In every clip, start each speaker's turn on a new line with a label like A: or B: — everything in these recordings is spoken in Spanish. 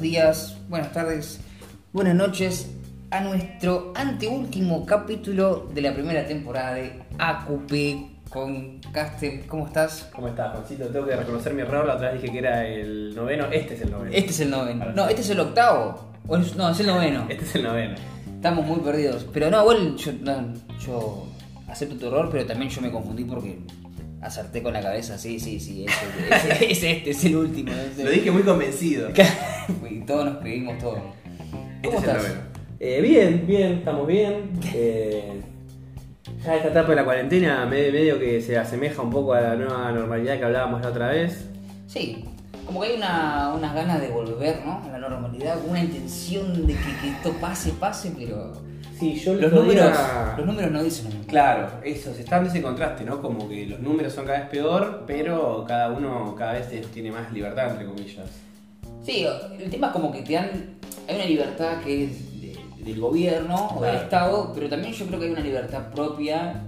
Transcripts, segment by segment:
A: días, buenas tardes, buenas noches a nuestro anteúltimo capítulo de la primera temporada de AQP con Castel. ¿Cómo estás?
B: ¿Cómo estás, Juancito? Tengo que reconocer mi error. La otra vez dije que era el noveno. Este es el noveno.
A: Este es el noveno. No, este es el octavo. O es- no, es el noveno.
B: Este es el noveno.
A: Estamos muy perdidos. Pero no, igual yo, no, yo acepto tu error, pero también yo me confundí porque acerté con la cabeza. Sí, sí, sí, es, es- es este, es el último. es el-
B: Lo dije muy convencido.
A: Y todos nos pedimos todo.
B: Este
A: ¿Cómo
B: es el
A: estás?
B: noveno. Eh, bien, bien, estamos bien. Eh, ya esta etapa de la cuarentena me- medio que se asemeja un poco a la nueva normalidad que hablábamos la otra vez.
A: Sí, como que hay una, unas ganas de volver, ¿no? A la normalidad, una intención de que, que esto pase, pase, pero
B: Sí, yo
A: los números, los números no dicen nada.
B: Claro, eso, se está dando ese contraste, ¿no? Como que los números son cada vez peor, pero cada uno cada vez te- tiene más libertad, entre comillas.
A: Sí, el tema es como que te dan, hay una libertad que es de- del gobierno o del
B: Claro.
A: Estado, pero también yo creo que hay una libertad propia.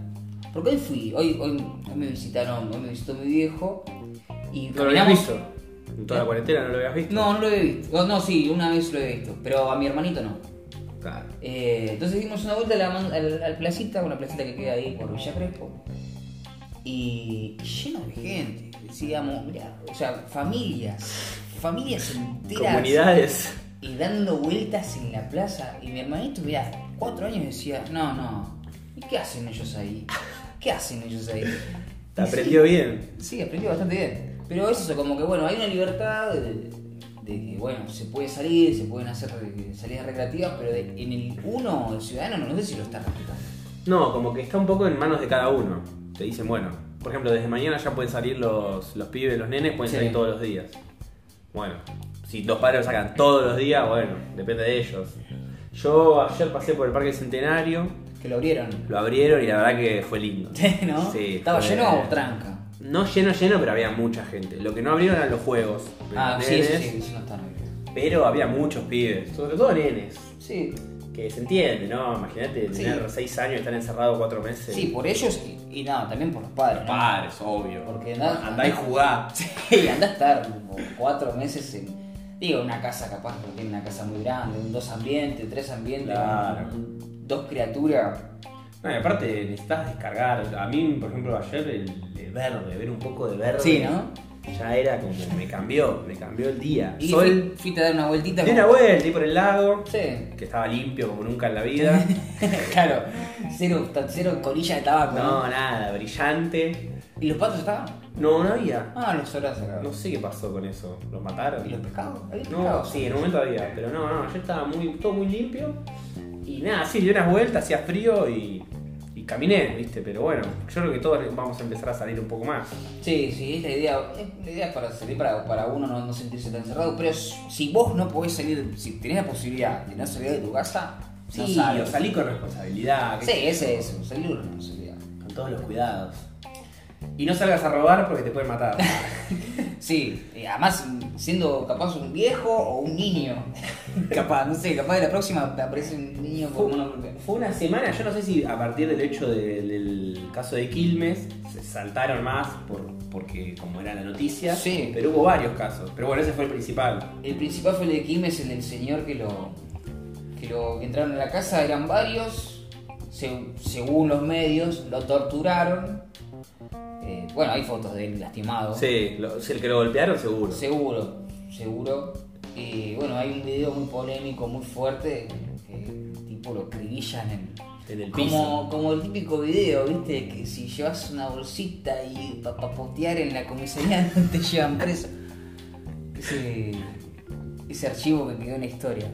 A: Porque hoy fui, hoy, hoy, hoy me visitaron, hoy me visitó mi viejo y
B: ¿No lo habías
A: caminamos-
B: visto? En toda la cuarentena no lo habías visto.
A: No, no lo he visto. Oh, no, sí, una vez lo he visto, pero a mi hermanito no.
B: Claro.
A: Eh, entonces dimos una vuelta a la, man- al, al placita, una placita que queda ahí por Villa Crespo. Y lleno de gente. Decíamos, mirá, o sea, familias, familias enteras.
B: Comunidades.
A: Y dando vueltas en la plaza. Y mi hermanito, mirá, cuatro años decía, no, no, ¿y qué hacen ellos ahí? ¿Qué hacen ellos ahí?
B: Te
A: Y sí,
B: aprendió bien.
A: Sí, aprendí bastante bien. Pero es eso, como que bueno, hay una libertad de, de que bueno, se puede salir, se pueden hacer eh, salidas recreativas, pero de- en el uno, el ciudadano, no sé si lo está respetando.
B: No, como que está un poco en manos de cada uno. Te dicen, bueno, por ejemplo, desde mañana ya pueden salir los, los pibes, los nenes, pueden
A: Sí.
B: salir todos los días. Bueno, si los padres lo sacan todos los días, bueno, depende de ellos. Yo ayer pasé por el Parque Centenario,
A: Que lo abrieron.
B: lo abrieron y la verdad que fue lindo.
A: ¿No?
B: Sí,
A: ¿Estaba
B: fue-
A: lleno o tranca?
B: No lleno, lleno, pero había mucha gente. Lo que no abrieron eran los juegos.
A: Ah,
B: los
A: sí, sí,
B: nenes,
A: sí, eso no está bien.
B: Pero había muchos pibes, sobre todo nenes.
A: Sí,
B: Que se entiende, ¿no? Imagínate
A: Sí.
B: tener 6 años y estar encerrado 4 meses.
A: sí, por ellos y, y nada, también por los padres. ¿no?
B: Pares, obvio.
A: Porque andá-
B: Andá y jugá.
A: Sí, anda a estar como cuatro meses en. Digo, una casa capaz, no tiene una casa muy grande, un dos ambientes, tres ambientes,
B: Claro.
A: un- dos criaturas.
B: No, y aparte necesitas descargar. A mí, por ejemplo, ayer el, el verde, ver un poco de verde.
A: Sí, ¿no?
B: Ya era como, me cambió, me cambió el día.
A: Y
B: Sol,
A: fui- fuiste a dar una vueltita.
B: di una
A: como-
B: vuelta, y por el lago,
A: Sí.
B: que estaba limpio como nunca en la vida.
A: claro. Cero, ta- cero colilla de tabaco.
B: no, nada, brillante.
A: ¿Y los patos estaban?
B: No, no había.
A: Ah, los horas acá.
B: No sé qué pasó con eso. ¿Los mataron?
A: ¿Y los pescados? ¿Había
B: No,
A: pescados?
B: sí, en un momento había, pero no, no, yo estaba muy, todo muy limpio. Y nada, sí, di unas vueltas, hacía frío y, y caminé, viste, pero bueno, yo creo que todos vamos a empezar a salir un poco más.
A: Sí, sí, es la idea. es la idea es para salir para, para uno no, no sentirse tan cerrado. Pero s- si vos no podés salir, si tenés la posibilidad de no salir de tu casa, no
B: Sí, o
A: salgas.
B: salí con responsabilidad, que-
A: Sí, ese es eso, salir con responsabilidad.
B: con todos los cuidados. Y no salgas a robar porque te pueden matar.
A: Sí, eh, además siendo capaz un viejo o un niño. capaz, no sé, capaz de la próxima te aparece un niño con una
B: Fue una semana, yo no sé si a partir del hecho de- del caso de Quilmes se saltaron más por, porque como era la noticia,
A: Sí.
B: pero hubo varios casos. Pero bueno, ese fue el principal.
A: El principal fue el de Quilmes, el del señor que lo. que lo que entraron a la casa, eran varios. se- según los medios, lo torturaron. Eh, bueno, hay fotos de él lastimado.
B: Sí, lo- el que lo golpearon seguro.
A: Seguro, seguro. Y bueno, hay un video muy polémico, muy fuerte, que el tipo lo cribillan en.
B: En el piso.
A: Como, como el típico video, viste, que si llevas una bolsita y para papotear en la comisaría no te llevan preso. Ese, ese archivo que quedó en la historia.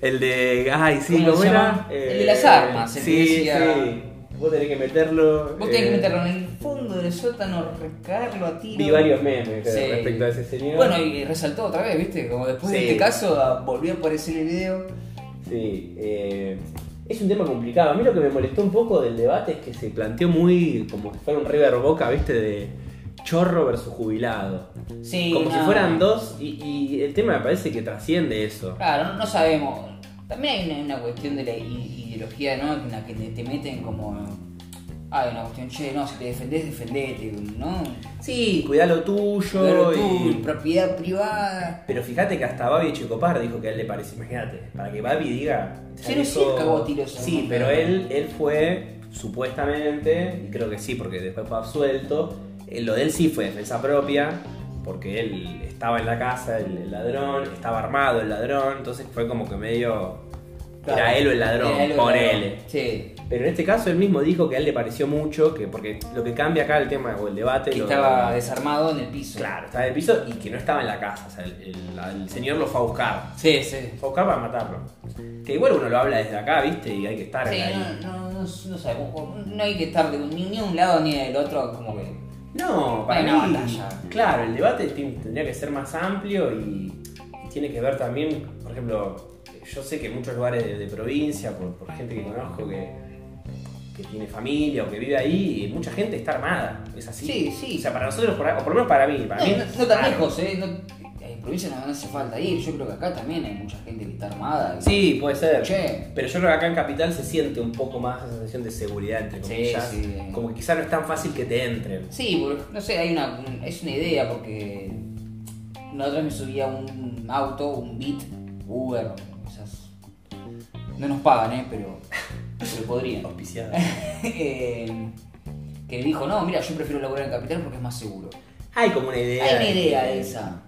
B: El de. Ay, sí,
A: ¿Cómo
B: ¿cómo
A: se
B: era? Eh,
A: llama? El de las armas, el que
B: sí,
A: decía-
B: sí. Vos tenés que meterlo.
A: Vos tenés que
B: eh,
A: meterlo en el fondo del sótano, recargarlo a tiro.
B: Vi varios memes
A: Sí.
B: respecto a ese señor.
A: Bueno, y resaltó otra vez, viste, como después de
B: Sí.
A: este caso ah, volvió a aparecer el video.
B: Sí, eh, es un tema complicado. A mí lo que me molestó un poco del debate es que se planteó muy como si fuera un River Boca, ¿viste? De chorro versus jubilado.
A: Sí,
B: como si
A: no.
B: fueran dos, y, y el tema me parece que trasciende eso.
A: Claro, no, no sabemos. También hay una, una cuestión de la i- ideología, ¿no? En la que te, te meten como hay una cuestión, che, no, si te defendés, defendete, ¿no?
B: Sí, cuidá lo tuyo.
A: Pero
B: y-
A: tú, propiedad privada.
B: Pero fíjate que hasta Babi Checopar dijo que a él le parece, imagínate, para que Babi diga.
A: Sí, no es cierto que a vos tiros en
B: Sí,
A: un
B: pero
A: montón.
B: él, él fue, supuestamente, y creo que sí, porque después fue absuelto. eh, Lo de él sí fue defensa propia, porque él estaba en la casa, el, el ladrón, estaba armado el ladrón, entonces fue como que medio. Era él o el ladrón,
A: Era él o el
B: por
A: ladrón.
B: él.
A: Sí.
B: Pero en este caso él mismo dijo que a él le pareció mucho, que porque lo que cambia acá el tema o el debate.
A: Que
B: lo-
A: estaba desarmado en el piso.
B: Claro, estaba en el piso y que no estaba en la casa. O sea, el, el- la- el señor lo fue a buscar.
A: Sí, sí.
B: Fue a buscar para matarlo. Que igual uno lo habla desde acá, ¿viste? Y hay que estar
A: Sí,
B: ahí.
A: no, no, no, no sabemos. No hay que estar de un- ni, ni un lado ni del otro, como que.
B: No, para
A: Hay una
B: mí.
A: batalla.
B: Claro, el debate ti- tendría que ser más amplio y tiene que ver también, por ejemplo, yo sé que en muchos lugares de, de provincia, por, por gente que conozco que, que tiene familia o que vive ahí, mucha gente está armada. ¿Es así?
A: Sí, sí.
B: O sea, para nosotros, por, o por lo menos para mí. Para
A: No,
B: mí
A: no-
B: es
A: no tan
B: raro.
A: lejos, ¿eh? No- en provincia no, no hace falta ir. Yo creo que acá también hay mucha gente que está armada.
B: Sí, puede ser.
A: Che.
B: Pero yo creo que acá en Capital se siente un poco más esa sensación de seguridad, entre
A: Sí,
B: comillas.
A: sí.
B: Como que quizás no es tan fácil que te entren.
A: Sí, por- no sé, hay una, un- es una idea porque la otra vez me subía un auto, un Bit, Uber, esas. No nos pagan, ¿eh? Pero, pero podrían.
B: Auspiciado.
A: Eh, que dijo, no, mira, yo prefiero laburar en Capital porque es más seguro.
B: Hay como una idea.
A: Hay una idea de esa.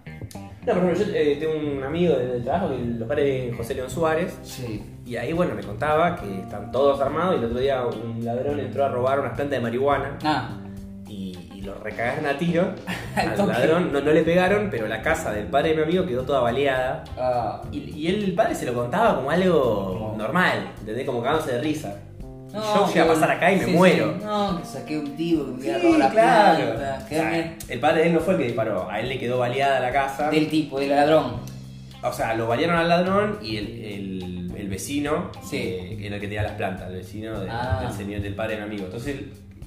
B: No, por ejemplo, yo eh, tengo un amigo del trabajo que los padres de José León Suárez.
A: Sí.
B: Y ahí, bueno, me contaba que están todos armados y el otro día un ladrón entró a robar unas plantas de marihuana
A: Ah,
B: y, y lo recagaron a tiro.
A: Al
B: Al
A: toque.
B: ladrón no, no le pegaron, pero la casa del padre de mi amigo quedó toda baleada.
A: ah,
B: Y, y él, el padre se lo contaba como algo
A: Como-
B: normal, ¿entendés? Como cagándose de risa.
A: no,
B: Yo llegué a
A: que-
B: pasar acá y me
A: sí,
B: muero.
A: sí, no, que saqué un tipo que me
B: Sí,
A: había robado la
B: claro.
A: planta, que
B: O sea,
A: me-
B: el padre de él no fue el que disparó, a él le quedó baleada la casa.
A: Del tipo, del ladrón.
B: O sea, lo balearon al ladrón y el, el- el vecino,
A: Sí.
B: eh, que era el que tenía las plantas, el vecino de-
A: Ah.
B: del señor del padre de un amigo. Entonces,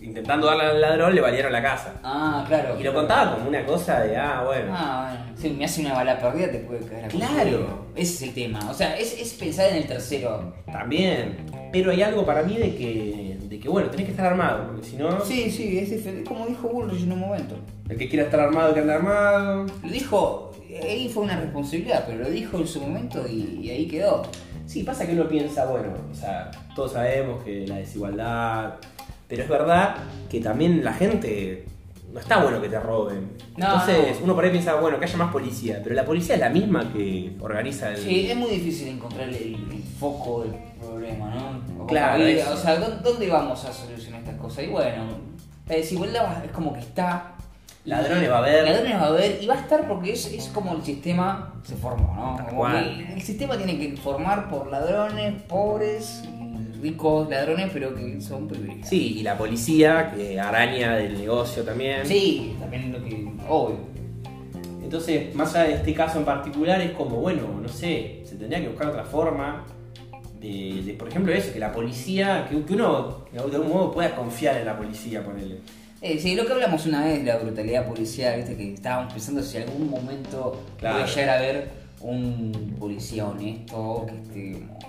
B: intentando darle al ladrón, le balearon la casa.
A: Ah, claro.
B: Y lo contaba como una cosa de, ah, bueno.
A: Ah, bueno. Si me hace una bala perdida, te puede caer a
B: Claro.
A: cualquiera. Ese es el tema. O sea, es, es pensar en el tercero.
B: También. Pero hay algo para mí de que, de que, bueno, tenés que estar armado, porque si no,
A: Sí, sí, es diferente. Como dijo Bullrich en un momento.
B: el que quiera estar armado, que anda armado.
A: Lo dijo. Ahí fue una responsabilidad, pero lo dijo en su momento y, y ahí quedó.
B: Sí, pasa que uno piensa, bueno, o sea, todos sabemos que la desigualdad, pero es verdad que también la gente no está bueno que te roben.
A: No,
B: Entonces,
A: no.
B: uno por ahí piensa, bueno, que haya más policía, pero la policía es la misma que organiza el.
A: Sí, es muy difícil encontrar el, el foco del problema, ¿no? O-
B: Claro,
A: y-
B: eso.
A: O sea, ¿dó- ¿dónde vamos a solucionar estas cosas? Y bueno, la desigualdad va- es como que está.
B: Ladrones va a haber.
A: Ladrones va a haber y va a estar porque es, es como el sistema se formó, ¿no?
B: Tal
A: Como
B: cual.
A: que el sistema tiene que formar por ladrones, pobres, y ricos ladrones, pero que son privilegiados.
B: Sí, y la policía que araña del negocio también.
A: Sí, también lo que. Obvio.
B: Entonces, más allá de este caso en particular, es como, bueno, no sé, se tendría que buscar otra forma de, de, por ejemplo, eso, que la policía, que, que uno de algún modo pueda confiar en la policía, ponele.
A: Eh, sí, lo que hablamos una vez, la brutalidad policial, viste que estábamos pensando si algún momento
B: Claro.
A: voy a llegar a ver un policía honesto que esté como-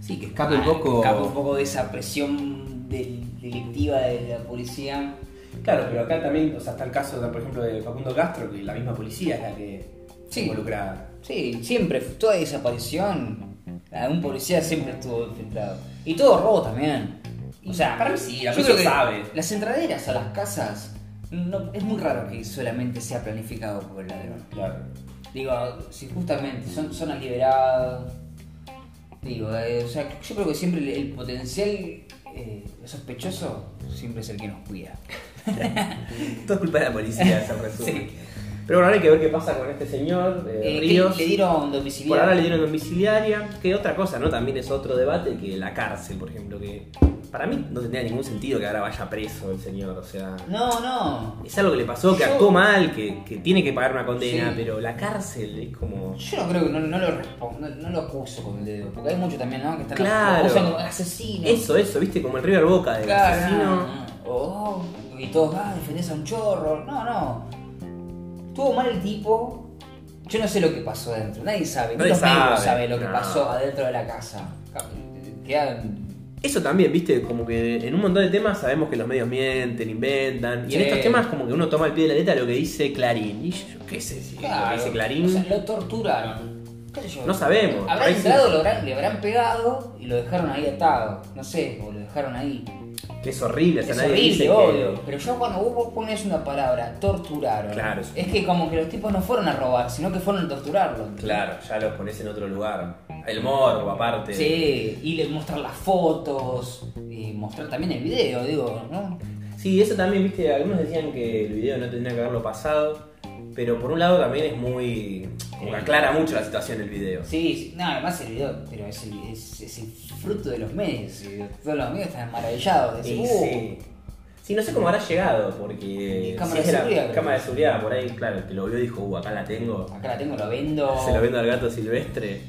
B: Sí, que Ah, escape un poco.
A: escape un poco de esa presión del- delictiva de la policía.
B: Claro, pero acá también, o sea, está el caso, de, por ejemplo, de Facundo Castro, que la misma policía es la que
A: Sí.
B: involucrada.
A: Sí, siempre, toda desaparición, a un policía siempre estuvo infiltrado. Y todo robo también. O sea,
B: Para mí sí, la
A: yo
B: policía
A: creo que
B: sabe.
A: Las entraderas a las casas, no, es muy raro que solamente sea planificado por el ladrón.
B: Claro.
A: Digo, si justamente son zonas liberadas. Digo, eh, o sea, yo creo que siempre el, el potencial eh, sospechoso siempre es el que nos cuida.
B: Todo es culpa de la policía, se resumen.
A: Sí.
B: Pero bueno, ahora hay que ver qué pasa con este señor, eh,
A: Eh, ¿qué-
B: Ríos.
A: le dieron
B: Por
A: domiciliario.
B: ahora le dieron domiciliaria, que otra cosa, ¿no? También es otro debate que la cárcel, por ejemplo, que para mí no tendría ningún sentido que ahora vaya preso el señor, o sea...
A: No, no.
B: Es algo que le pasó, que
A: Yo-
B: actuó mal, que, que tiene que pagar una condena,
A: Sí.
B: pero la cárcel es como...
A: Yo no creo que no, no lo, respon- no, no lo acuso con el dedo, porque hay mucho también, ¿no? Que están
B: Claro.
A: lo acusan como asesino.
B: Eso, eso, viste, como el River Boca de
A: claro.
B: asesino.
A: no, no. Oh, y todos, ah, defendés a un chorro. No, no. Estuvo mal el tipo. Yo no sé lo que pasó adentro. Nadie sabe. ni
B: Nadie
A: los medios
B: sabe,
A: saben lo que
B: no.
A: pasó adentro de la casa. Quedan
B: Eso también, viste, como que en un montón de temas sabemos que los medios mienten, inventan. Y en
A: Sí.
B: estos temas como que uno toma al pie de la letra lo que dice Clarín. Y yo qué sé si lo que dice Clarín.
A: O sea, lo torturaron. ¿Qué sé yo?
B: No sabemos.
A: Habrá
B: Ahí sí.
A: entrado, lo habrán- le habrán pegado y lo dejaron ahí atado. No sé, o lo dejaron ahí.
B: que es horrible, o sea,
A: Es
B: nadie dice
A: horrible,
B: que-
A: obvio. Pero yo cuando vos- vos pones una palabra, torturaron.
B: Claro, es-
A: Es que como que los tipos no fueron a robar, sino que fueron a torturarlo.
B: Claro, ya los pones en otro lugar. El morbo, aparte.
A: Sí, y le mostrar las fotos, y mostrar también el video, digo, ¿no?
B: Sí, eso también, viste, algunos decían que el video no tendría que haberlo pasado, pero por un lado también es muy... como que aclara mucho la situación el video.
A: Sí, sí, no, además el video, pero es el, es, es el fruto de los medios, y todos los medios están maravillados,
B: Y
A: decís, "Uh,
B: sí. Sí, no sé cómo habrá llegado, porque...
A: Y cámara
B: si
A: de
B: era
A: seguridad, creo.
B: cámara de seguridad, por ahí, claro, el que lo vio y dijo, uh, acá la tengo.
A: acá la tengo, lo vendo.
B: Se lo vendo al gato silvestre.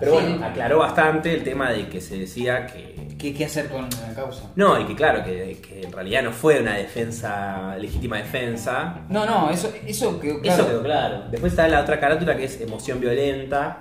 B: Pero bueno, aclaró bastante el tema de que se decía que
A: ¿Qué, qué hacer con la causa?
B: No, y que claro, que, que en realidad no fue una defensa, legítima defensa.
A: No, no, eso, eso quedó
B: Eso
A: claro.
B: quedó claro. Después está la otra carátula que es emoción violenta,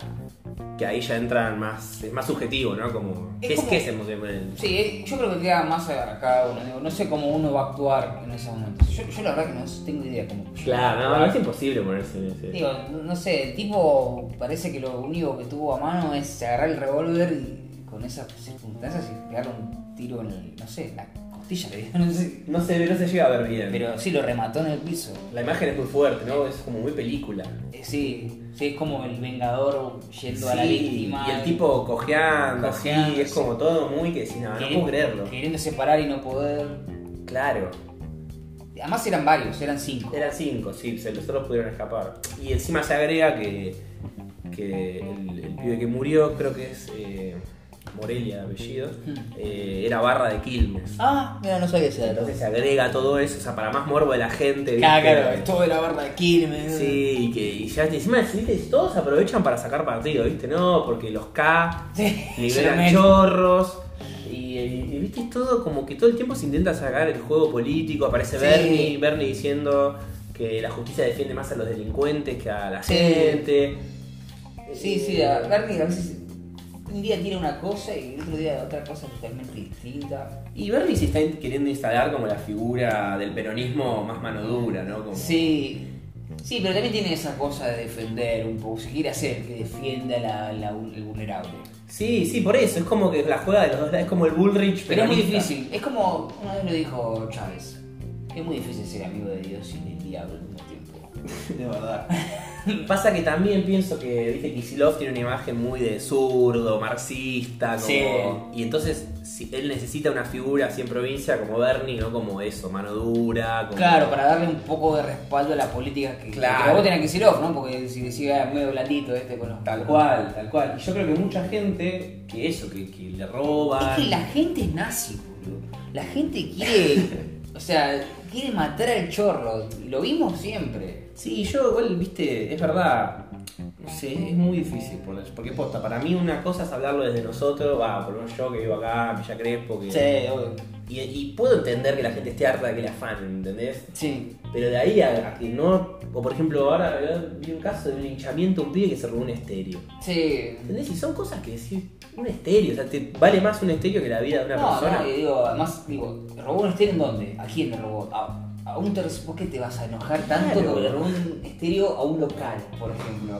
B: que ahí ya entran más, es más subjetivo, ¿no? Como,
A: Es
B: ¿qué, es,
A: como-
B: qué es emoción violenta?
A: Sí, eh, yo creo que queda más a cada uno, digo, no sé cómo uno va a actuar en ese momento. Yo, yo la verdad que no tengo idea cómo.
B: Claro, no, es imposible ponerse en ese.
A: Digo, no sé, el tipo parece que lo único que tuvo a mano es agarrar el revólver y con esas circunstancias y pegarle un tiro en el, no sé, en la costilla, le digo, no sé.
B: No se, no se llega a ver bien.
A: Pero sí, lo remató en el piso.
B: La imagen es muy fuerte, ¿no? Es como muy película.
A: Eh, sí, sí, es como el vengador yendo a la
B: Sí,
A: víctima.
B: Y el tipo cojeando, así,
A: Cojeando,
B: es
A: sí.
B: como todo muy que decís, no, no puedo
A: queriendo-
B: creerlo.
A: Queriendo separar y no poder.
B: Claro.
A: Además eran varios, eran cinco.
B: Eran cinco, sí, se, los otros pudieron escapar. Y encima se agrega que, que el, el pibe que murió, creo que es eh, Morelia de apellido,
A: Hmm.
B: eh, era barra de Quilmes.
A: Ah, mira, no sabía ese dato.
B: Entonces se agrega todo eso, o sea, para más morbo de la gente.
A: Claro,
B: ¿viste?
A: claro, es todo de la barra de Quilmes.
B: Sí, y que y ya encima ¿viste? todos aprovechan para sacar partido, ¿viste? No, porque los K
A: Sí,
B: liberan
A: yo me-
B: chorros. Y, y- y viste todo como que todo el tiempo se intenta sacar el juego político. Aparece
A: Sí.
B: Bernie, Bernie diciendo que la justicia defiende más a los delincuentes que a la
A: Sí.
B: gente. Eh,
A: Sí, sí, a Bernie a veces un día tira una cosa y el otro día otra cosa totalmente distinta.
B: Y Bernie se está in- queriendo instalar como la figura del peronismo más mano dura, ¿no? Como-
A: Sí, sí, pero también tiene esa cosa de defender un poco, si quiere hacer el que defienda la, la- el vulnerable.
B: sí, sí, por eso. Es como que la juega de los dos lados. Es como el Bullrich
A: Pero es muy
B: peronista.
A: difícil, es como una vez lo dijo Chávez, es muy difícil ser amigo de Dios y del diablo al mismo tiempo.
B: De verdad. Pasa que también pienso que, viste, Kisilov tiene una imagen muy de zurdo, marxista, como...
A: Sí.
B: Y entonces si- él necesita una figura así en provincia como Bernie, ¿no? Como eso, mano dura, como...
A: Claro, para darle un poco de respaldo a la política que,
B: Claro.
A: que la voten a Kicillof, ¿no? Porque si decía medio blandito este con los...
B: Tal cual, tal cual. Y yo creo que mucha gente que eso, que, que le roban...
A: Es que la gente es nazi, boludo. La gente quiere. o sea, quiere matar al chorro. Lo vimos siempre.
B: Sí, yo igual, viste, es verdad. No sé, es muy difícil poner. Porque posta, para mí una cosa es hablarlo desde nosotros, va, por lo menos yo que vivo acá, en Villa Crespo, que...
A: obvio.
B: Y, y puedo entender que la gente esté harta de que la afanen, ¿entendés?
A: Sí.
B: Pero de ahí a, a que no. O por ejemplo, ahora eh, vi un caso de un hinchamiento a un pibe que se robó un estéreo.
A: Sí.
B: ¿Entendés? Y son cosas que decir. Un estéreo, o sea, te vale más un estéreo que la vida de una
A: No,
B: persona.
A: no, eh. y digo, además, digo, ¿robó un estéreo en dónde? ¿A quién le robó? A, a un tercero. ¿Por qué te vas a enojar tanto
B: Claro.
A: que le robó un estéreo a un local, por ejemplo?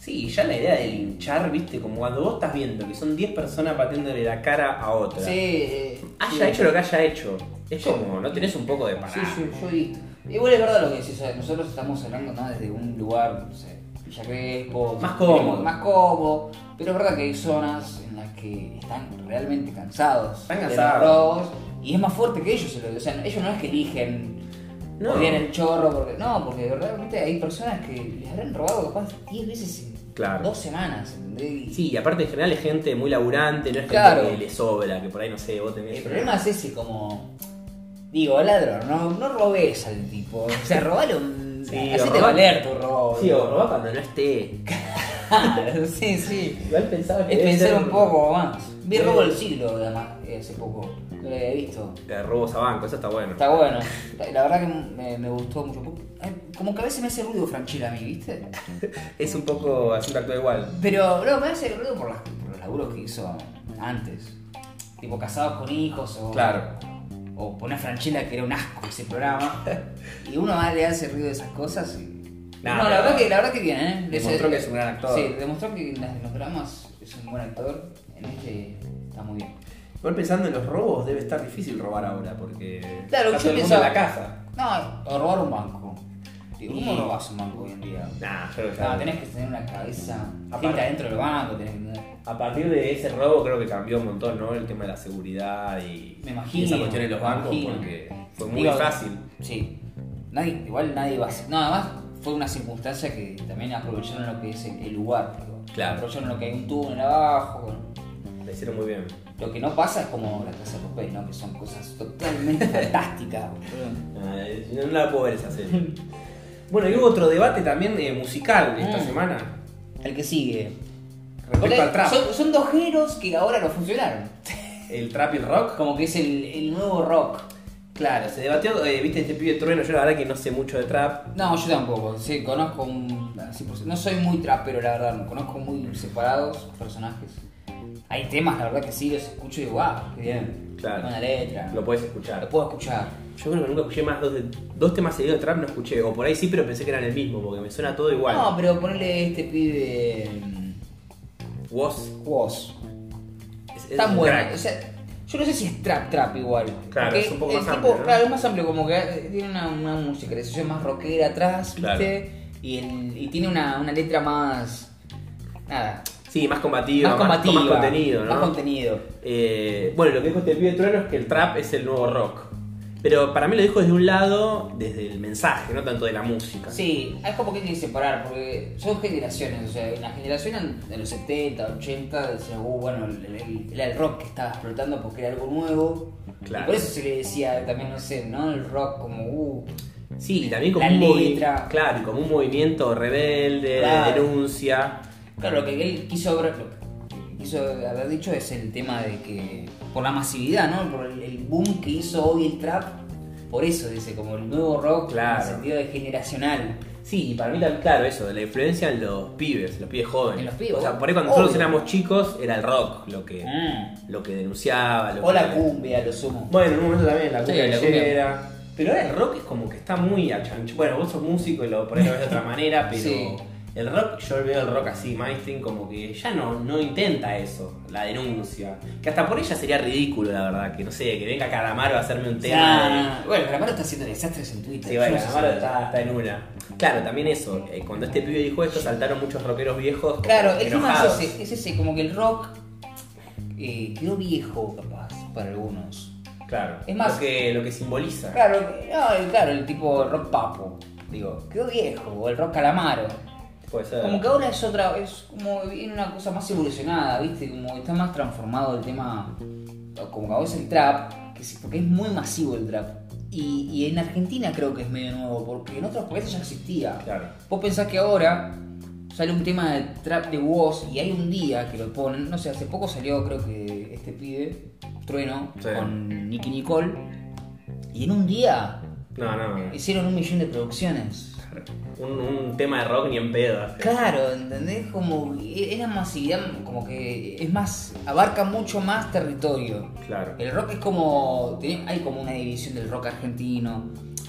B: Sí, ya la idea de linchar, viste, como cuando vos estás viendo que son 10 personas batiéndole la cara a otra.
A: Sí. eh,
B: Haya
A: sí.
B: hecho lo que haya hecho. Es
A: Sí.
B: como, no tenés un poco de parada.
A: Sí, yo, yo he visto. Igual es verdad lo que decís, o sea, nosotros estamos hablando ¿no? desde un lugar, no sé, Villa Crespo,
B: Más cómodo.
A: tenemos- más cómodo, pero es verdad que hay zonas en las que están realmente cansados.
B: Están
A: de los
B: cansados.
A: robos, y es más fuerte que ellos, el- o sea, ellos no es que eligen,
B: No.
A: o bien el chorro, porque no, porque realmente hay personas que les habrán robado capaz 10 veces en
B: Claro.
A: dos semanas, ¿entendés? Y
B: Sí, y aparte en general es gente muy laburante, no es
A: Claro.
B: gente que le sobra, que por ahí no sé, vos tenés.
A: El problema es ese, como. Digo, ladrón, no, no robes al tipo. O sea, robalo un.
B: Sí, o
A: hacete
B: robá-
A: valer tu robo.
B: Sí, o robá cuando no esté.
A: Claro, sí, sí.
B: Igual pensaba
A: Es
B: debe
A: pensar
B: ser
A: un poco más. Vi
B: Sí.
A: robo del siglo, además, eh, hace poco. Lo he visto.
B: de robos a banco, eso está bueno.
A: Está bueno. La verdad que me, me gustó mucho. Ay, Como que a veces me hace ruido Franchella a mí, ¿viste?
B: Es un poco haciendo acto igual.
A: Pero, no, me hace ruido por, las, por los laburos que hizo antes. tipo casados con hijos o,
B: Claro.
A: o poner Franchella que era un asco ese programa. y uno va, le hace ruido de esas cosas. y-
B: Nah,
A: no, la
B: pero-
A: verdad, que, la verdad que bien, ¿eh?
B: Demostró que es un gran actor.
A: Sí, demostró que en las- en los dramas es un buen actor. En este está muy bien.
B: Igual pensando en los robos, debe estar difícil robar ahora porque.
A: Claro,
B: está
A: yo
B: todo el mundo
A: pensaba-
B: en la casa.
A: No, o robar un banco. Digo, ¿Cómo
B: Y-
A: robas un banco hoy en día?
B: Nah, creo que está-
A: No, tenés que tener una cabeza. Gente
B: Aparte-
A: adentro del banco, tenés que tener.
B: A partir de ese robo creo que cambió un montón, ¿no? El tema de la seguridad y,
A: Me
B: y
A: imagino,
B: esa cuestión de los
A: me
B: bancos
A: imagino.
B: porque fue muy
A: Digo,
B: fácil.
A: Sí. Nadie, igual nadie va a ser- No, además fue una circunstancia que también aprovecharon lo que es el, el lugar. digo.
B: Claro.
A: Aprovecharon lo que hay un túnel abajo. bueno.
B: La hicieron muy bien.
A: Lo que no pasa es como la casa de papel, ¿no? Que son cosas totalmente fantásticas. boludo.
B: Ay, no la puedo ver esa serie. bueno, y hubo otro debate también eh, musical esta
A: Mm.
B: semana.
A: El que sigue.
B: Respecto al trap.
A: Son, son dos géneros que ahora no funcionaron.
B: El trap y el rock.
A: Como que es el, el nuevo rock.
B: Claro, se debatió, eh, viste, este pibe trueno, yo la verdad que no sé mucho de trap.
A: No, yo tampoco. Sí, conozco un. así por- No soy muy trapero, la verdad. Conozco muy separados personajes. Hay temas, la verdad, que sí los escucho y digo, wow, qué bien.
B: Claro.
A: Buena letra.
B: Lo puedes escuchar.
A: Lo puedo escuchar.
B: Yo creo que nunca escuché más dos, de- dos temas seguidos de trap, no escuché. O por ahí sí, pero pensé que eran el mismo, porque me suena todo igual.
A: No, pero ponle este pibe. mm,
B: Woz
A: Woz.
B: es- es
A: Tan
B: un
A: bueno.
B: crack.
A: O sea, yo no sé si es trap trap igual.
B: Claro,
A: Porque
B: es un poco
A: el
B: más
A: tipo-
B: amplio, ¿no?
A: Claro, es más amplio, como que eh, tiene una, una música, la sesión más rockera atrás, ¿viste?
B: Claro.
A: Y, el- y tiene una, una letra más. Nada.
B: Sí, más combativo,
A: Más combativa.
B: más contenido, ¿no?
A: Más contenido.
B: Eh, bueno, lo que dijo este pibe trueno es que el trap es el nuevo rock. Pero para mí lo dijo desde un lado, desde el mensaje, no tanto de la música.
A: Sí, es como que hay que separar, porque son generaciones, o sea, una generación en- de los 70, 80, decía, "Uh, bueno, el- el- era el rock que estaba explotando porque era algo nuevo.
B: Claro.
A: Y por eso se le decía también, no sé, ¿no? El rock como, uh,
B: Sí, y también como
A: La
B: un movi-
A: letra.
B: Claro, y como un movimiento rebelde,
A: Claro.
B: de denuncia.
A: Claro, lo que él quiso, haber- lo que quiso haber dicho es el tema de que, por la masividad, ¿no? Por el, el boom que hizo hoy el trap, por eso, dice, como el nuevo rock,
B: Claro.
A: en el sentido de generacional.
B: Sí, y para mí también, claro, eso, de la influencia en los pibes, los pibes jóvenes.
A: En los pibes,
B: O sea, por ahí cuando
A: obvio.
B: nosotros éramos chicos, era el rock lo que,
A: Mm.
B: lo que denunciaba. Lo
A: O la
B: que...
A: cumbia, lo sumo.
B: Bueno, en un momento también la
A: Sí,
B: cumbia
A: la cumbia.
B: era. Pero ahora el rock es como que está muy a chancho. Bueno, vos sos músico y lo por ahí lo ves de otra manera, pero
A: Sí.
B: el rock, yo veo el rock así, mainstream, como que ya no, no intenta eso, la denuncia. Que hasta por ella sería ridículo, la verdad, que no sé, que venga Calamaro a hacerme un tema.
A: Ya,
B: de-
A: bueno, Calamaro está haciendo desastres en Twitter.
B: Ah. Sí, bueno,
A: Yo no sé
B: Calamaro
A: si-
B: está, está en una. Claro, también eso. eh, cuando este pibe dijo esto, saltaron muchos rockeros viejos. como
A: Claro, el tema
B: enojados.
A: es ese, es ese, como que el rock eh, quedó viejo, capaz, para algunos.
B: Claro.
A: Es más-
B: Lo que, lo que simboliza.
A: Claro, no, claro, el tipo rock papo, digo, quedó viejo, o el rock calamaro.
B: Puede ser.
A: Como que ahora es otra, es como viene una cosa más evolucionada, ¿viste? Como que está más transformado el tema, como que ahora es el trap, que sí, porque es muy masivo el trap. Y, y en Argentina creo que es medio nuevo, porque en otros países ya existía.
B: Claro.
A: Vos pensás que ahora sale un tema de trap de Woz y hay un día que lo ponen, no sé, hace poco salió creo que este pibe, Trueno,
B: Sí.
A: con Nicky Nicole, y en un día
B: No, no.
A: hicieron un millón de producciones.
B: Un, un tema de rock ni en pedo. hace.
A: Claro, ¿entendés? Como e- es la masividad, como que es más, abarca mucho más territorio.
B: Claro.
A: El rock es como, tiene- hay como una división del rock argentino,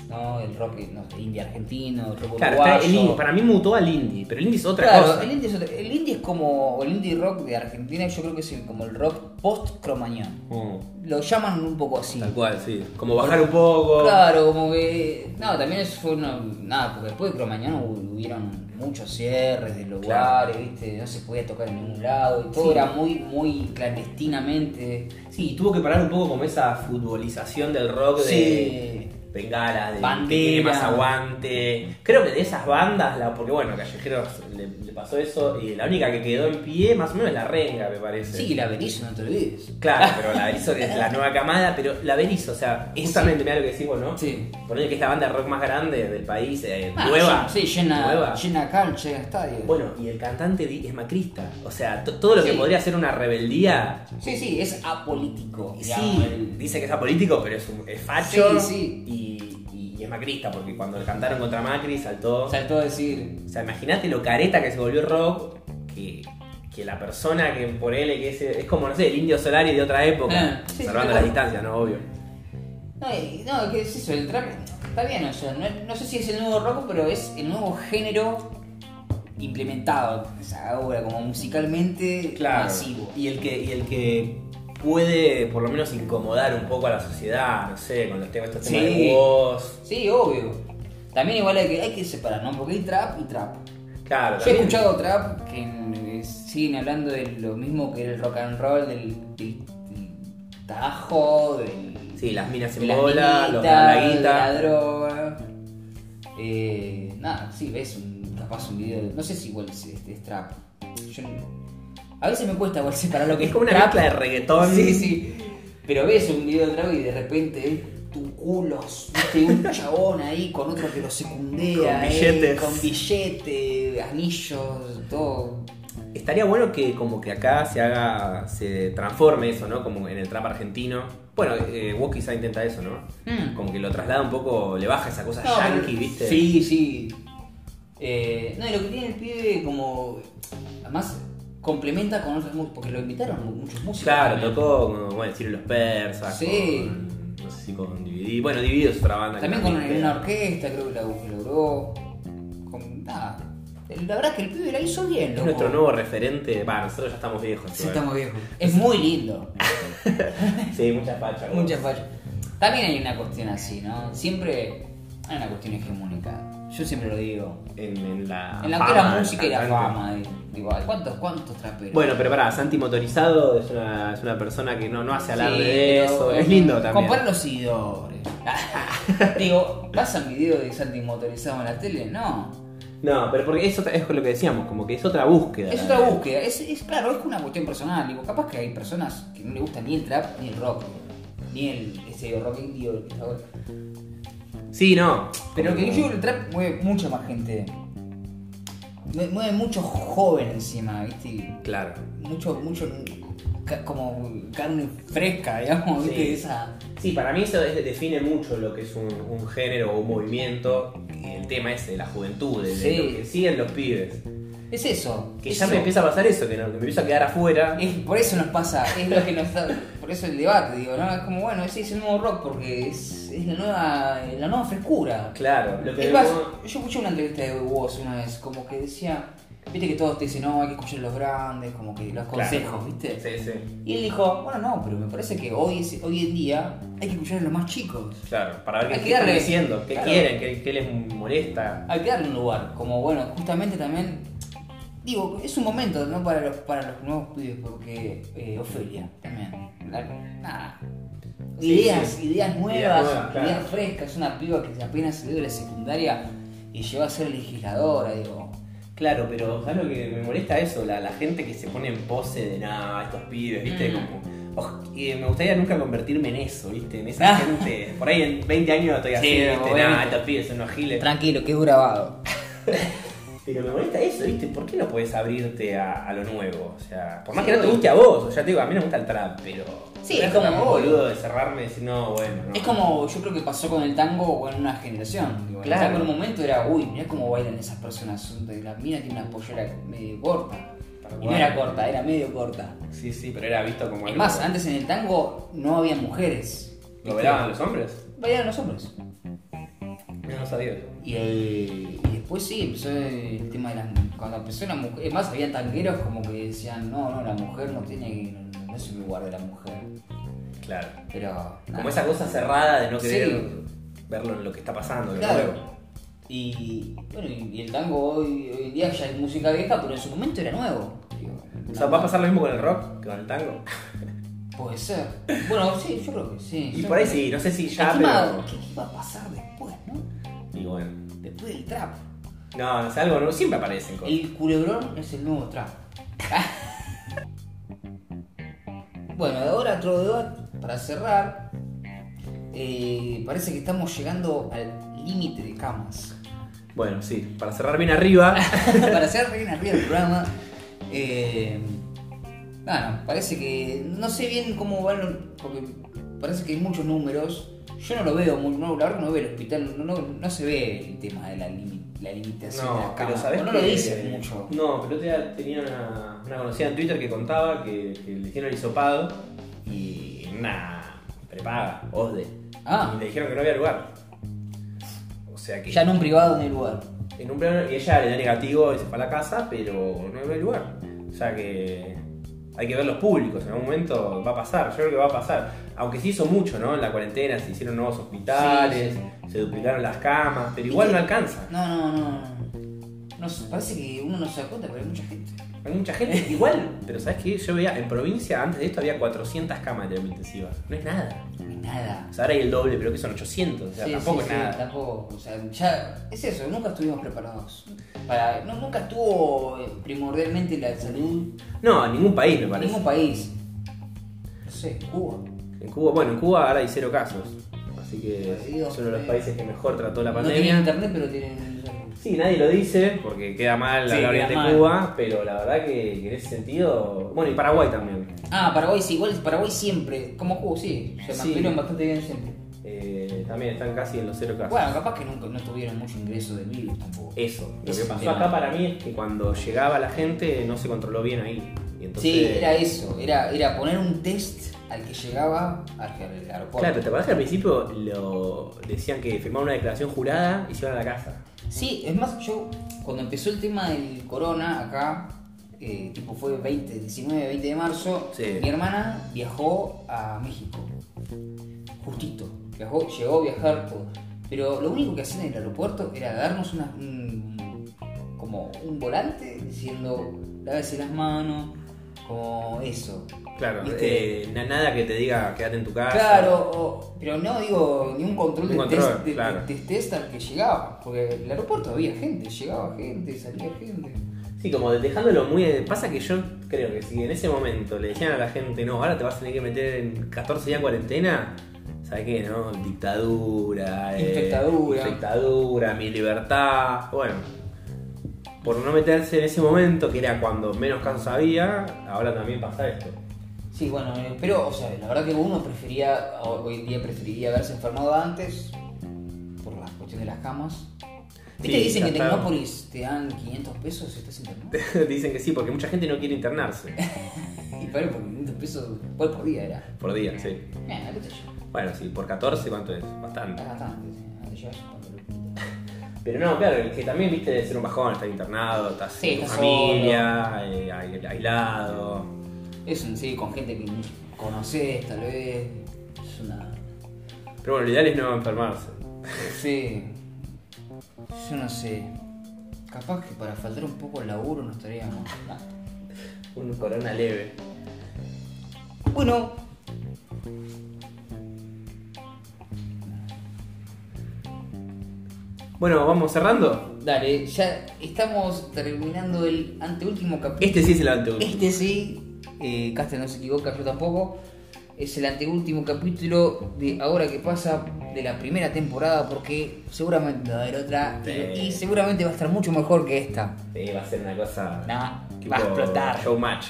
A: ¿no? El rock no sé, indie argentino, el rock
B: Claro, está el
A: uruguayo.
B: indie. Para mí mutó al indie, pero el indie es otra
A: Claro,
B: cosa.
A: el indie, es otra- el indie es como. El indie rock de Argentina, yo creo que es el- como el rock post-cromañón.
B: Mm,
A: Lo llaman un poco así.
B: Tal cual, sí. Como bajar un poco.
A: Claro, como que. No, también eso fue una. Nada, porque después de Cromañón hubo- hubieron muchos cierres de lugares,
B: Claro.
A: ¿viste? No se podía tocar en ningún lado y todo
B: Sí.
A: era muy, muy clandestinamente.
B: Sí, tuvo que parar un poco como esa futbolización del rock de
A: Sí.
B: Bengala, de
A: Bandera.
B: que tiene más aguante. Creo que de esas bandas, la, porque bueno, Callejeros le, le pasó eso y la única que quedó en pie más o menos es la Renga, me parece.
A: Sí, la Berizo, no te olvides.
B: Claro, pero la Berizo que es la nueva camada, pero la Berizo, o sea, justamente mira lo que decís vos, ¿no?
A: Sí.
B: Poner que es la banda de rock más grande del país, eh,
A: Ah,
B: nueva.
A: Sí, llena,
B: nueva.
A: llena cancha, llena estadio.
B: Bueno, y el cantante di- es macrista. O sea, to- todo lo que
A: Sí.
B: podría ser una rebeldía.
A: Sí, sí, es apolítico. digamos,
B: Sí,
A: el-
B: dice que es apolítico, pero es, un, es facho.
A: Sí, sí.
B: Y, y- y es macrista, porque cuando le cantaron contra Macri saltó.
A: Saltó a decir.
B: O sea, imagínate lo careta que se volvió el rock, que, que la persona que por él que es, es como, no sé, el indio Solari de otra época,
A: Ah, sí,
B: salvando
A: sí,
B: las
A: claro.
B: distancias, ¿no? Obvio.
A: No, y- no, ¿qué es eso? El trap está bien, o sea, no, no sé si es el nuevo rock, pero es el nuevo género implementado, o sea, ahora como musicalmente masivo.
B: Y el que, y el que puede por lo menos incomodar un poco a la sociedad, no sé, con los temas, estos temas
A: Sí.
B: de voz.
A: Sí, obvio. También igual hay que, hay que separar, ¿no? Porque hay trap y trap. Yo
B: Claro,
A: he
B: también.
A: escuchado trap que mm, siguen hablando de lo mismo que el rock and roll, del, del- del tajo, del...
B: Sí, las minas
A: de
B: en
A: las
B: bola, los de
A: minitas,
B: la
A: de la
B: guita.
A: droga. Eh, nada, sí, ves un, capaz un video. de- No sé si igual es, este, es trap. Yo no- a veces me cuesta igual separar lo que
B: Es como una
A: trap.
B: mezcla de reggaetón.
A: Sí, sí. Pero ves un video de trap y de repente ves tu culos, viste, un chabón ahí con otro que lo secundea.
B: Con
A: eh,
B: billetes.
A: con billete, anillos, todo.
B: Estaría bueno que como que acá se haga, se transforme eso, ¿no? Como en el trap argentino. Bueno, eh, Wok quizá intenta eso, ¿no?
A: Mm.
B: Como que lo traslada un poco, le baja esa cosa
A: No, pero-
B: yankee, ¿viste?
A: Sí, sí. Eh, no, y lo que tiene el pibe como... Además, complementa con otras músicas, porque lo invitaron mu- muchos músicos.
B: Claro,
A: también.
B: tocó con, bueno, decir los persas.
A: Sí.
B: con- no sé si con Dividido. Bueno, Dividido es otra banda. que
A: También con
B: también-
A: una orquesta, creo que la que logró. Con nada. La verdad es que el pibe la hizo bien,
B: Es
A: loco.
B: nuestro nuevo referente. Va, nosotros ya estamos viejos.
A: Sí,
B: igual.
A: estamos viejos. Es muy lindo.
B: Sí, muchas fachas.
A: Muchas fallas. También hay una cuestión así, ¿no? Siempre hay una cuestión hegemónica. Yo siempre lo digo.
B: En, en la.
A: En la que la
B: fama,
A: música y la
B: cantante.
A: fama. eh. Digo, ay, ¿cuántos, cuántos traperos?
B: Bueno, pero pará, Santi Motorizado es una, es una persona que no, no hace alarde
A: Sí,
B: de
A: pero,
B: eso.
A: eh,
B: Es lindo también.
A: Comprar los seguidores. Digo, ¿pasan videos de Santi motorizado en la tele? No.
B: No, pero porque es, otra- es lo que decíamos, como que es otra búsqueda.
A: Es otra búsqueda. Es, es claro, es una cuestión personal. Digo, capaz que hay personas que no le gusta ni el trap ni el rock. Ni el ese rock indio. el que está ahora.
B: Sí, no.
A: Pero que
B: Como-
A: yo el trap mueve mucha más gente. Mue- Mueve mucho joven encima, ¿viste?
B: Claro.
A: Mucho, mucho. ca- Como carne fresca, digamos, ¿viste?
B: Sí.
A: Esa.
B: Sí, para mí eso es- define mucho lo que es un, un género o un movimiento. Y el tema es de la juventud, de, de
A: Sí.
B: lo que siguen los pibes.
A: Es eso.
B: Que
A: es
B: ya me
A: eso.
B: empieza a pasar eso, que, no- que me empiezo a quedar afuera.
A: Es- por eso nos pasa, es lo que nos da, por eso el debate, digo, ¿no? Es como, bueno, sí, es el nuevo rock porque es, es la nueva la nueva frescura.
B: Claro, lo que
A: Es más,
B: vemos-
A: yo escuché una entrevista de Woz una vez, como que decía, viste que todos te dicen, no, hay que escuchar a los grandes, como que los
B: Claro.
A: consejos, ¿viste?
B: Sí, sí.
A: Y él dijo, bueno, no, pero me parece que hoy, es- hoy en día hay que escuchar a los más chicos.
B: Claro, para ver
A: Hay
B: qué,
A: que
B: qué están
A: darle-
B: diciendo, qué
A: claro.
B: quieren, qué, qué les molesta.
A: Hay que darle un lugar, como bueno, justamente también, digo, es un momento, ¿no? Para los, para los nuevos pibes, porque eh, Ofelia también, la- nada.
B: Sí,
A: Ideas,
B: sí.
A: ideas nuevas,
B: Ideas
A: ideas,
B: nuevas, claro.
A: frescas, una piba que apenas salió de la secundaria y llegó a ser legisladora, digo.
B: Claro, pero ¿sabes lo que me molesta eso? La, la gente que se pone en pose de nada, estos pibes, ¿viste?
A: Mm.
B: Como, "Oh, y me gustaría nunca convertirme en eso, ¿viste? En esa
A: Ah.
B: gente. Por ahí en 20 años estoy
A: Sí,
B: así, ¿viste?
A: obviamente.
B: Nah, estos pibes son unos giles.
A: Tranquilo, que es grabado.
B: Pero me molesta eso, ¿viste? ¿Por qué no puedes abrirte a, a lo nuevo? O sea, por más
A: Sí,
B: que no te
A: obvio.
B: guste a vos, o sea, te digo, a mí no me gusta el trap, pero.
A: Sí,
B: pero
A: es como-
B: tampoco, boludo de cerrarme y decir, no, bueno. no".
A: Es como, yo creo que pasó con el tango o en una generación. Digo,
B: Claro.
A: El tango en un momento era, uy, mirá cómo bailan esas personas. son de- La mina tiene una pollera medio corta.
B: Tal
A: Y no
B: cual.
A: era corta, era medio corta.
B: Sí, sí, pero era visto como.
A: Es
B: algo-
A: más, antes en el tango no había mujeres.
B: ¿Lo velaban los hombres?
A: Bailaban los hombres.
B: No, no sabía eso.
A: Y, eh, y después sí, empezó el tema de las Cuando empezó la mujer. Es más, había tangueros como que decían: no, no, la mujer no tiene. No, no es el lugar de la mujer.
B: Claro.
A: Pero. nada.
B: Como esa cosa cerrada de no
A: Sí.
B: querer verlo en lo que está pasando. lo nuevo.
A: Claro. Y bueno, y y el tango hoy, hoy en día ya es música vieja, pero en su momento era nuevo. Digo,
B: O sea, ¿va a pasar lo mismo con el rock que con el tango?
A: Puede ser. Bueno, sí, yo creo que sí.
B: Y
A: Yo
B: por ahí
A: creo que-
B: sí, no sé si ya,
A: Encima,
B: pero...
A: ¿Qué iba a pasar después, no?
B: Y bueno.
A: Después del trap.
B: No, no sé, algo nuevo. Siempre aparecen cosas.
A: El culebrón es el nuevo trap. bueno, ahora otro debate para cerrar. Eh, parece que estamos llegando al límite de camas.
B: Bueno, sí. Para cerrar bien arriba.
A: para hacer bien arriba del programa. Eh, nada, parece que. No sé bien cómo van. los- Porque parece que hay muchos números. Yo no lo veo, muy- no, la verdad no veo el hospital, no, no, no se ve el tema de la, limi- la limitación de las
B: No, pero
A: camas.
B: sabes
A: no
B: que-
A: lo dicen mucho.
B: No, pero el otro día tenía una, una conocida en Twitter que contaba que, que le hicieron el hisopado y nada, prepaga, OSDE.
A: Ah.
B: Y le dijeron que no había lugar. O sea que
A: Ya en un privado en el lugar.
B: en un plano y ella le da negativo y se fue a la casa, pero no había lugar. O sea que hay que ver los públicos, en algún momento va a pasar, yo creo que va a pasar. Aunque se hizo mucho, ¿no? En la cuarentena se hicieron nuevos hospitales,
A: Sí,
B: se duplicaron las camas, pero igual
A: que-
B: no alcanza.
A: No, no, no. No sé, parece que uno no se da cuenta, pero hay mucha gente.
B: Hay mucha gente igual, pero ¿sabes qué? Yo veía en provincia, antes de esto había 400 camas de terapia intensiva. No es nada.
A: No hay nada.
B: O sea, ahora hay el doble, pero que son 800. O sea,
A: Sí,
B: tampoco
A: sí,
B: es
A: sí,
B: nada.
A: tampoco, o sea, ya es eso, nunca estuvimos preparados. Para, no, nunca estuvo eh, primordialmente la salud
B: No, en ningún país me
A: en
B: parece.
A: ningún país. No sé, Cuba.
B: En Cuba, bueno, en Cuba ahora hay cero casos. Así que
A: Ay, Dios
B: es uno de los
A: mío.
B: países que mejor trató la
A: eh. No tienen
B: pandemia.
A: internet, pero tienen.
B: sí, nadie lo dice porque queda mal
A: Sí,
B: hablar bien de
A: queda mal.
B: Cuba, pero la verdad que, que en ese sentido. Bueno, y Paraguay también.
A: Ah, Paraguay sí, igual Paraguay siempre, como Cuba, sí, se
B: Sí.
A: mantuvieron bastante bien siempre.
B: Eh, también están casi en los cero casos.
A: Bueno, capaz que nunca no tuvieron mucho ingreso de virus tampoco.
B: Eso, lo
A: Ese
B: que
A: es el
B: pasó
A: tema.
B: acá para mí es que cuando llegaba la gente no se controló bien ahí. Y entonces,
A: Sí, era eso, era, era poner un test al que llegaba al que- al aeropuerto.
B: Claro, ¿te parece que al principio lo decían que firmaban una declaración jurada y se iban a la casa?
A: Sí, es más, yo cuando empezó el tema del corona acá, eh, tipo fue 20, 19, 20 de marzo,
B: Sí.
A: mi hermana viajó a México. Justito. Viajó, llegó a viajar todo. Pero lo único que hacían en el aeropuerto era darnos una, un, como un volante diciendo lávese las manos, como eso.
B: Claro,
A: ¿Viste?
B: eh, na- nada que te diga quédate en tu casa.
A: Claro, o- pero no digo ni un control,
B: Un
A: de,
B: control,
A: test, de-
B: claro.
A: de- de test al que llegaba, porque en el aeropuerto había gente, llegaba gente, salía gente.
B: Sí, como dejándolo muy. Pasa que yo creo que si en ese momento le decían a la gente, no, ahora te vas a tener que meter en 14 días de cuarentena, ¿sabes qué? ¿No? Dictadura, eh,
A: Infectadura.
B: infectadura, mi libertad. Bueno, por no meterse en ese momento, que era cuando menos casos había, ahora también pasa esto.
A: Sí, bueno, eh, pero, o sea, la verdad que uno prefería, ho- hoy en día preferiría haberse enfermado antes, por la cuestión de las camas. ¿Viste
B: Sí,
A: que dicen
B: ya
A: que en
B: está.
A: Tecnópolis te dan 500 pesos si estás internado?
B: Dicen que sí, porque mucha gente no quiere internarse
A: y claro, por 500 pesos, ¿cuál por día era?
B: por día, sí.
A: Eh, ¿qué te llevas?
B: Bueno, sí, por 14, ¿cuánto es? Bastante.
A: Bastante, sí, te llevas un par de luquitas.
B: Pero no, claro, el que también viste de ser un bajón, estar internado, estás
A: Sí,
B: en tu
A: estás
B: familia, eh, ai- aislado.
A: Es en sí, con gente que ni conoces, tal vez. Es una.
B: Pero bueno, lo ideal es no enfermarse.
A: Sí. Yo no sé. Capaz que para faltar un poco el laburo no estaríamos. mal.
B: Un corona leve.
A: Bueno.
B: Bueno, vamos cerrando.
A: Dale, ya estamos terminando el anteúltimo capítulo.
B: Este sí es el anteúltimo.
A: Este sí, eh, Caster no se equivoca, yo tampoco. Es el anteúltimo capítulo de Ahora que pasa de la primera temporada porque seguramente va a haber otra y-
B: Sí.
A: y seguramente va a estar mucho mejor que esta.
B: Sí, va a ser una cosa.
A: Nah,
B: tipo
A: va a explotar.
B: Showmatch.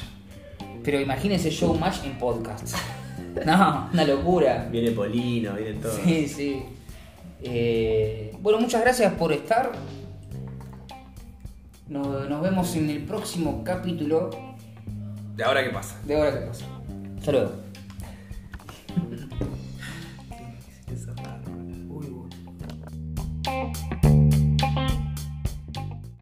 A: Pero imagínense Showmatch en podcast. No, una locura.
B: Viene Polino, viene todo.
A: Sí, sí. Eh, bueno, muchas gracias por estar. Nos, nos vemos en el próximo capítulo
B: ¿De ahora qué pasa?
A: de Ahora que pasa. Hasta luego.